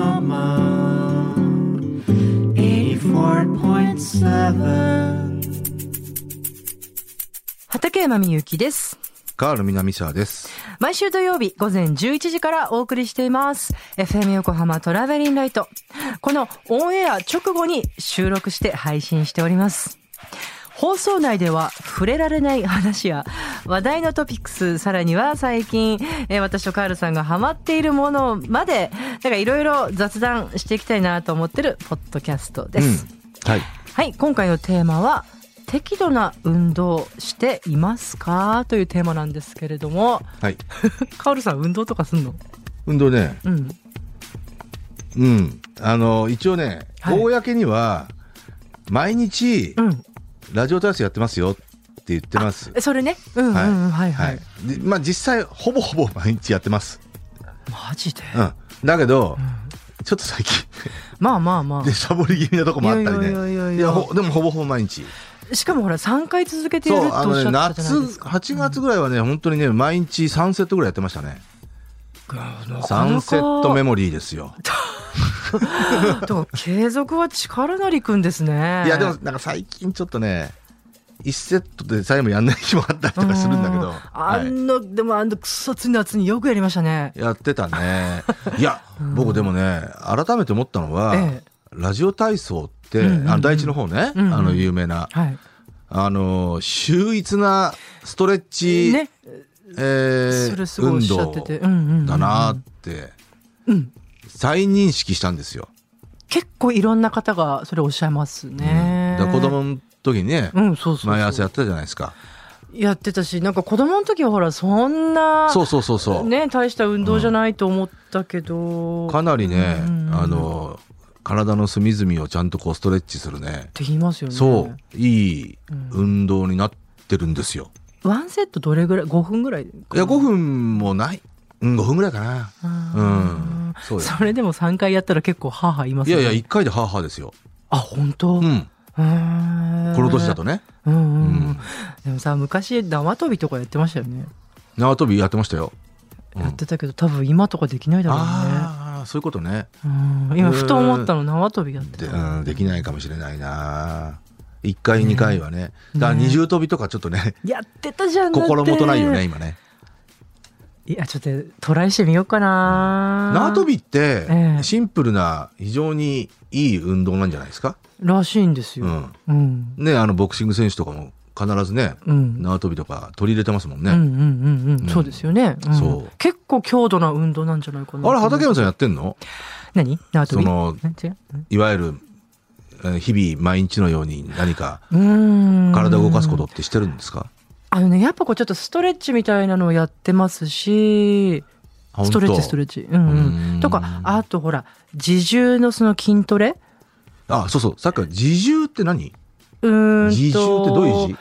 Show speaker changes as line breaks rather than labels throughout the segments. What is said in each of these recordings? Yokohama 84.7
畠山みゆきです。
カール南沢です。
毎週土曜日午前11時からお送りしています。FM 横浜トラベリンライト。このオンエア直後に収録して配信しております。放送内では触れられない話や話題のトピックス、さらには最近、えー私とカールさんがハマっているものまで、なんかいろいろ雑談していきたいなと思ってるポッドキャストです。
うん。はい。
はい、今回のテーマは適度な運動していますかというテーマなんですけれど も、
はい。
カオルさん運動とかすんの？
運動ね、
うん。
うん。あの、一応ね、
はい
公には、毎日
う、ん。
ラジオ体操やってますよって言ってます。
えそれね。うんうんうんはいはい。
でまあ実際、ほぼほぼ毎日やってます。
マジで。
うん。だけど
うん、
ちょっと最近、
まあまあま
で、サボり気味なとこもあったり
いやいやいやいや
ね。いや、ほでもほぼほぼ毎日。
あ。しかもほら三回続けてや
そ
る
う、
って
あ
おっ
の
しゃ
ね、
ってたじゃない
夏、
ですか。
8月ぐらいはね、本当にね、毎日3セットぐらいやってましたね。3セットメ
も。
モリーですよ。
でも継続は力なりくんですね。
いやでもなんか最近ちょっとね1セットでさえもやんない日もあったりとかするんだけ
う
ど、
あ
は
んの、でもあのくそつい夏によくやりましたね
い、。やってたねいや僕でもね改めて思ったのは、
ええ
ラジオ体操って、
うんうんうん
あの第一の方ね、
うんうん
あの有名な
はい。
あの秀逸なストレッチ、
ね。
えー
それすごいおっしゃってて、うんうんうんうん
運動だなって
うん
再認識したんですよ、
結構いろんな方がそれおっしゃいますね。
だから子供の時にね、
うん、そうそうそう
毎朝やってたじゃないですか
やってたし、なんか子供の時はほら、そんな、
そうそうそうそう、
ね、大した運動じゃないと思ったけど、
かなりね、
うん
あの体の隅々をちゃんとこうストレッチするね
って言いますよね。
そういい運動になってるんですよ、
う。ワンセットどれぐらい ?5 分ぐらい
いや5分もない、うん、5分ぐらいかな
あー
うんそうよ
それでも3回やったら結構ハーハー言います
い
よ
や
ね。
いや1回でハーハーですよ、
あ、本当
うん、
ん
この年だ。とね
うんうんうん
うん
でもさ、昔、縄跳びとかやってましたよね。
縄跳びやってましたよ、うん
やってたけど、多分今とかできないだろうね。
ああそういうことね
うん今、ふと思ったの、縄跳びやって
で,、
た。
うん、できないかもしれないな1回2回はねだから
ね
二重跳びとかちょっ とね
やってたじゃんだって
心もとないよね今ね
いやちょっとトライしてみようかな
縄跳びっ
ええ
てシンプルな非常にいい運動なんじゃないですか、
らしいんです
う
よ
ん、
うん、うん
ねあのボクシング選手とかも必ずね、
うん
縄跳びとか取り入れてますもん
うんうんうん
ね、
うんそうですよね、ん
そう
結構強度な運動なんじゃないかな
あれ畠山さんやってんの
何縄跳び
その
ね違う
いわゆるえー日々毎日のように何か
うん
体を動かすことってしてるんですか
あのねやっぱこうちょっとストレッチみたいなのをやってますし
あ
ストレッチストレッ
ッチ
チうんうん
うん
とかあとほら自重のその筋トレ
あそうそうさっきから自重って何
うーんと
自重ってどういう字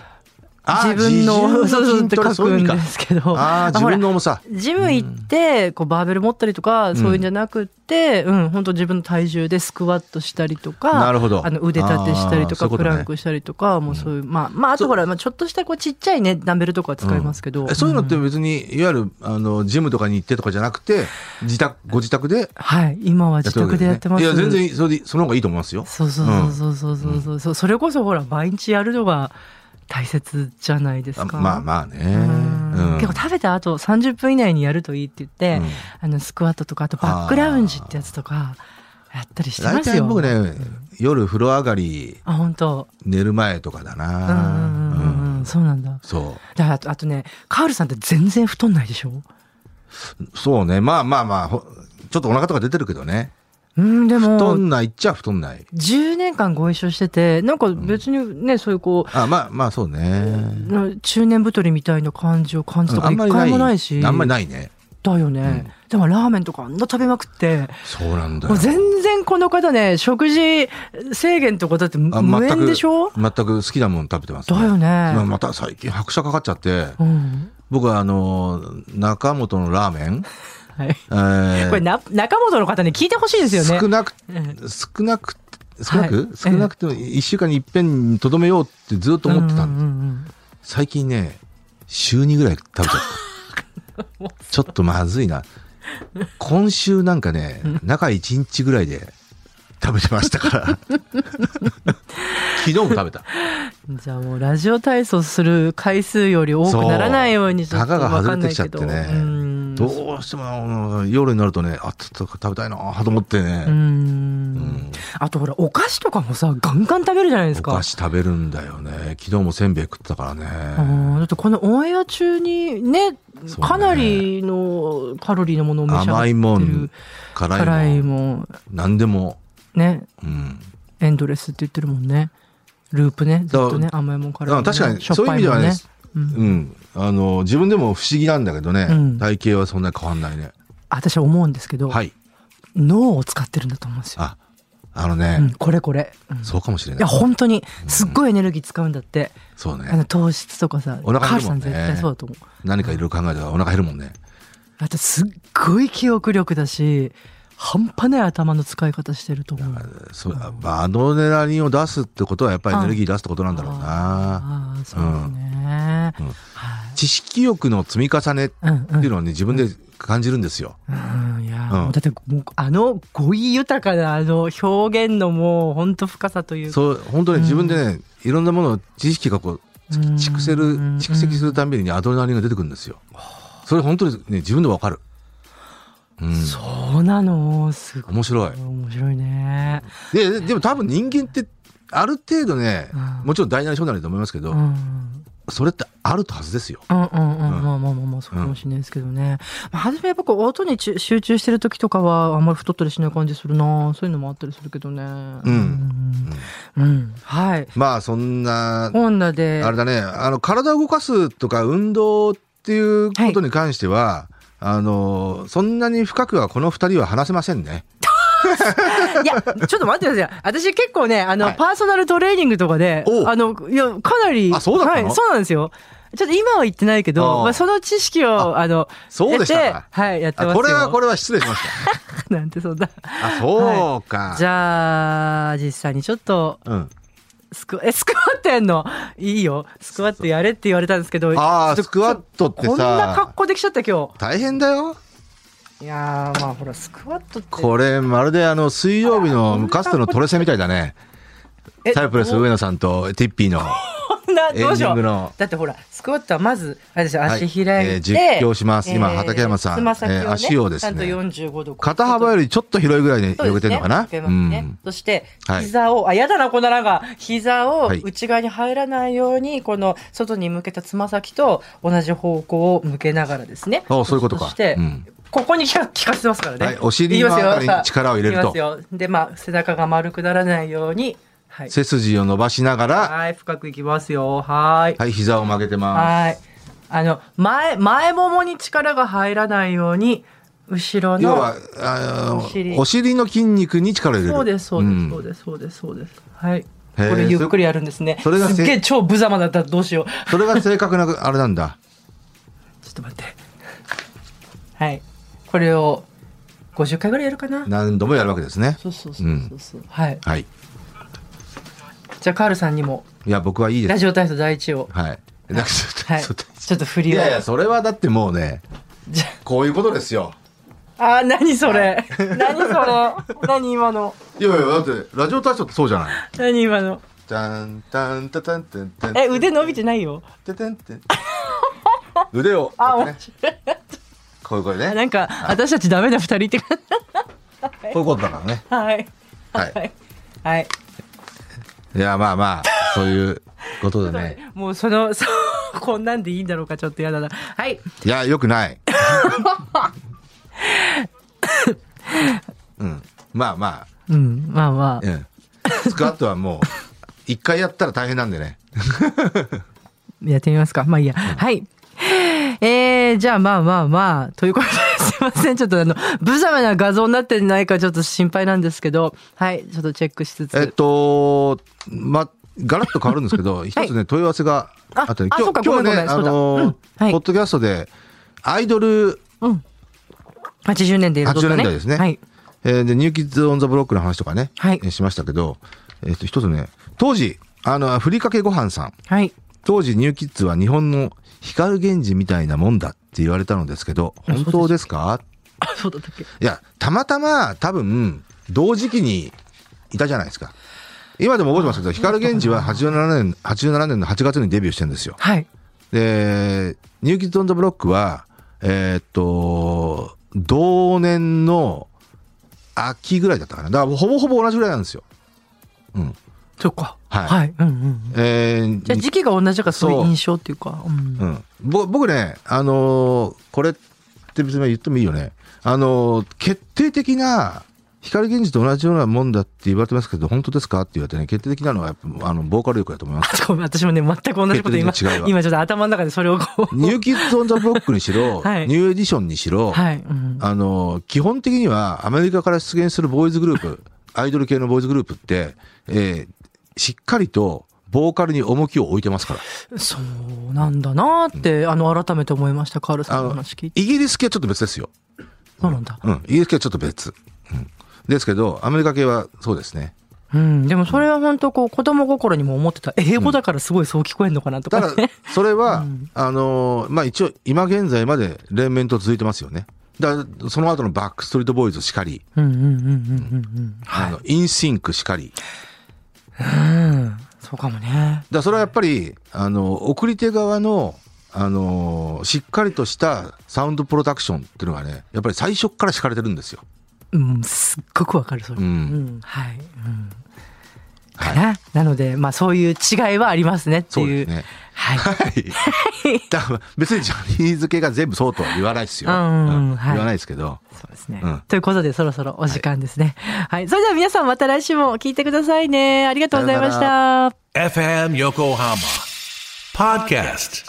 あ
自分の
自
そうそう
重
っ
の
て
筋トレ
書
そういう
くん
意味
で
か
すけど
あ
ま
あ自
ほら
分の重さ
ジム行って、こう、バーベル持ったりとか、そういうんじゃなくって、うん、本当自分の体重でスクワットしたりとか、
なるほど
あの、腕立てしたりと
あ
か、
ーそういうことね
プランクしたりとか、もうそういう、まあ、まあ、あとほら、まあ、ちょっとした、こう、ちっちゃいね、ダンベルとかは使いますけど。
えそういうのって
ん
別にいわゆるあのジムとかに行ってとかじゃなくて自宅ご自宅で
はい、今は自
るわけ
宅でやってます。
ね、いや全。然それでその方がいいと思いますよ
そうそうそうそうそうそうそう、それこそほら、毎日やるのが大切じゃないです
あ
か。
まあまあね、
うん
うん
結構食べた後30分以内にやるといいって言って、
うん
あのスクワットとかあとバックラウンジってやつとかやったりしてま
大
すよ
体僕ね夜風呂上がり
あ本当
寝る前とかだ
う
な、
んうんうんうん
う
うんんそうなんだ
そ
だからあとあとねカールさんって全然太んないでしょ
うそうねまあまあまあほちょっとお腹とか出てるけどね
うんで
太
も
んないっちゃ太んない
10年間ご一緒しててなんか別にねそういうこう
あまあまあそうね、
中年太りみたいな感じを感じた
うん
こと
あん
一
まり
回もな
ないい
し
あんまりないね
だよねでもラーメンとかあんな食べまくって
そうなんだ
も
よ
う全然この方ね食事制限とかだって
あ
無縁でしょ
全く好きなもの食べてます、
だよね
今また最近拍車かかっちゃって
うん
僕はあの中本のラーメン、
はい
えー
これな中本の方に聞いてほしいですよね
少なく
うん
少なく少なく、
はい
少なくても1週間に一遍にとどめようってずっと思ってたん
う
で
んうん
す、
うん
最近ね週2ぐらい食べちゃったちょっとまずいな今週なんかね、中1日ぐらいで食べてましたから。昨日も食べた。
じゃあもうラジオ体操する回数より多くならないようにちょ
た
っと
かが
わか
外
ん
れ
な
て
い
きちゃ
け
っ
ど。
てね
うん。
どうしてもあの夜になるとね、あ、ちょっと食べたいなと思って
う
ね。
ん。あとほら、お菓子とかもさ、ガンガン食べるじゃないです
お
か。
菓子食べるんだよね。昨日もせんべい食ってたからね。
あーだってこのオンエア中にね
そうね
かなりのカロリーのものを召し上がってる
甘いもん、辛
辛
い
い
もん、
もん
何でも。
ね
うん。
エンドレスって言ってるもんねループねずっ
だ
とね甘いもん辛いも
あ
ん、ね、
確かに、
しょっ
そういう意
ぱ
味で
も
は
ん
ね、
う
うんん。あの、自分でも不思議なんだけどね、
うん
体型はそんな変わんないね。
私は思うんですけど、
はい。
脳を使ってるんだと思うんですよ、
あ、あの
う
ね
ん、、これこれ、うんい
そうかもしれな
や
い。
本当にすっごいエネルギー使うんだって、
そうね
あ。の糖質とかさ
お腹減るもんね
カールさん絶対そうだと思う
何かいろいろ考えたらお腹減るもんね。
だってすっごい記憶力だし半端ない頭の使い方してると思う
そうまあ、アドレナリンを出すってことはやっぱりエネルギー出すってことなんだろうな。
ああ、そうですね。
うん
はい
知識欲の積み重ねっ
うんう
ていうんのはね、自分で感じるんですよ。
うん、いやー、
うん
もうだってもうあの語彙豊かなあの表現のもう本当深さというか
そう、本当に自分でね、いろんなものを知識がこう、つ
うん
蓄積る、蓄積するたんびにねアドレナリンが出てくるんですよ。それ本当にね、自分でわかる。うん。
そうなのすごい
面白い。
面白いね。
で、ででも多分人間って、ある程度ね
うん、
もちろん大なり小なりだと思いますけ
う
ど、
んうん
それってあるはずですよ。
うんうん、まあ
うん
まあまあまあそうかもしれないですけどね、まあ、初めやっぱこう音にちゅ集中してる時とかはあんまり太ったりしない感じするなそういうのもあったりするけどねうん、うんはい
まあ、そんな
本田で
あれだね、あの、体を動かすとか運動っていうことに関しては、あの、そんなに深くはこの二人は話せませんね。
いや、ちょっと待ってください。私結構ね、あの、
はい
パーソナルトレーニングとかで
お、う
あの、いや、かなり、
あそうだったの
はい、そうなんですよ。ちょっと今は言ってないけ
あ
ど、
あ
まあ、その知識を、あの、
そうでした
得て
か。
はい、やってますよ。
あこれはこれは失礼しまし
れ。 なんてそんな。
た。あ、そうか。
じゃあ、実際にちょっと、
うん。
スク、え、スクワットやんのいいよ。スクワットやれって言われたんですけど、
ああ、
ちょっ
ス
と
クワットって
こんな格
さ、
好できちゃった今
大変だよ。
日。いやー、まあほら、スクワットって。
これ、まるであの、水曜日のかつてのトレセみたいだね。
え
サイプレス上野さんとティッピーの
こんな、
エ
ど
ン
うし
デ
よ
ィン
う
グ。の。
だってほら、スクワットはまず、あれですよ、
はい
足開いて、
えー実況します今畠山さん
つま先をね
えー足をですね
ちゃんと45度。
肩幅よりちょっと広いぐらいで広げてるのか
そ
な。
うですね広げ
う
ますね
ん。
そして
は、い
膝を、あ、やだな、こんななんか、膝を
はい
内側に入らないように、この外に向けたつま先と同じ方向を向けながらですね。
あそういうことか
そして
うん、
ここに効か効かせてますからね。
はいお尻のあたりに力を入れ
い
ると
きますよ。で、まあ、背中が丸くならないように、はい。
背筋を伸ばしながら、
はい、深くいきますよ。はい。
はい、膝を曲げてます。
はい。あの、前、前ももに力が入らないように、後ろの。
要はあ
お尻
のお尻の筋肉に力を入れる
そうです、そうで
う
す、
ん
そうです、そうです、そうです。はい。こ
へー
れゆっくりやるんですね。
それがせ
すっげえ超無様だったらどうしよう。
それが正確なあれなんだ
ちょっと待って。はい。これを50回ぐらいやるかな。
何度もやるわけです ね
そうそうそうそうそう。はい。
はい
じゃあ、カールさんにも、
いや僕はいいで
ラ
す
ジオ体操第一を。
はいだから
はい。
ちょっと
ちょっと振
い
りを。
やいやそれはだってもうね
じゃ
こういうことですよ
あ、あー、何それ。 何それ。何今の。
いやいやだってラジオ体操ってそうじゃない
何今の。
じゃんたんたたんてんてん
え、腕伸びてないよ。
てんてんてん腕を
あ、
こうや
面
ってね
白い。
こういうこと
あ
ね
なんか、私たちダメだ、二人って。
こういうことだからね
はい。
はい
はい。はい。
いやまあまあそういうことで ね
もう、その、そう、こんなんでいいんだろうか、ちょっとやだな。はい。
いや、よ くない。うん。まあま
うん、まあま
あ、うん。スクワットはもう、一回やったら大変なんでね。
あ、やってみますか。まあいいや。はい。えー、じゃあまあまあまあ、ということで、すいません。 ちょっとあの、無様な画像になってないかちょっと心配なんですけど、はい、ちょっとチェックしつつ。
えっと、ま、ガラッと変わるんですけど、一つね、問い合わせがあったね
ああそうか
今
ごめ
日
んご
ね、
めん
あ
そうだうん
の
は
ー、
い
ポッドキャストで、アイドル、
80年代
80年代ですね
はい。
えーで、ニューキッズ・オン・ザ・ブロックの話とかね、
はい
えーしましたけど、えっと、一つね、当時、あの、ふりかけご飯さん、
はい。
当時ニューキッズは日本の光源氏みたいなもんだって言われたのですけど、
あそうで
本
す
当ですか
そうだったっけ
いや、たまたま多分、同時期にいたじゃないですか。今でも覚えてますけど、光源氏は87年、87年の8月にデビューしてるんですよ。
はい。
で、ニューキッド・オン・ザ・ブロックは、えーっと、同年の秋ぐらいだったかな。だから、ほぼほぼ同じぐらいなんですよ。うん。
そっか。
はい
はい。うんうんうん。
えー
じゃあ時期が同じだからそういう
そう
印象っていうか。うん
うん、ぼ僕ね、あのーこれって別に言ってもいいよね、あのー決定的な光源氏と同じようなもんだって言われてますけど、本当ですかって言われてね、決定的なのはやっぱあのボーカル力だと思 います。
ごめん、私もね、全く同じこと今
決定的に違う、わ
今ちょっと頭の中でそれをこう。
ニューキッズ・オン・ザ・ブロックにしろ、
はい
ニューエディションにしろ、
はい。うん
あのー基本的にはアメリカから出現するボーイズグループ、アイドル系のボーイズグループって、えーしっかりとボーカルに重きを置いてますから。
そうなんだなって、あの、改めて思いました、カールさ
あ
んの
の
話聞いて。
イギリス系はちょっと別ですよ。
そうなんだ。
うん、イギリス系はちょっと別。うんですけど、アメリカ系はそうですね。
うん。でもそれは本当こう、子供心にも思ってた。英語だからすごいそう聞こえんのかなと
た
か
だ
ね。、
それは、あのーまあ、一応、今現在まで連綿と続いてますよね。だからその後のバックストリートボーイズしかり、
うんうんうんうんうんうん。
あの、インシンクしかり。だか
うん。そうかもね。
らそれはやっぱり、あの、送り手側の、あのーしっかりとしたサウンドプロダクションっていうのがね、やっぱり最初っから敷かれてるんですよ。
うん、すっごくわかる、それ。
うん
はい。うん。かな、なので、まあそういう違いはありますねって
そう
い
で
う。
すね。
はい。
はい。 だから別にジャニーズ系が全部そうとは言わないですよ。
うんうんはい
言わないですけど。
そうですね、
うん
ということで、そろそろお時間ですね。はい。それでは皆さんまた来週も聞いてくださいね。ありがとうございまし
さよ
た。
FM Yokohama Podcast.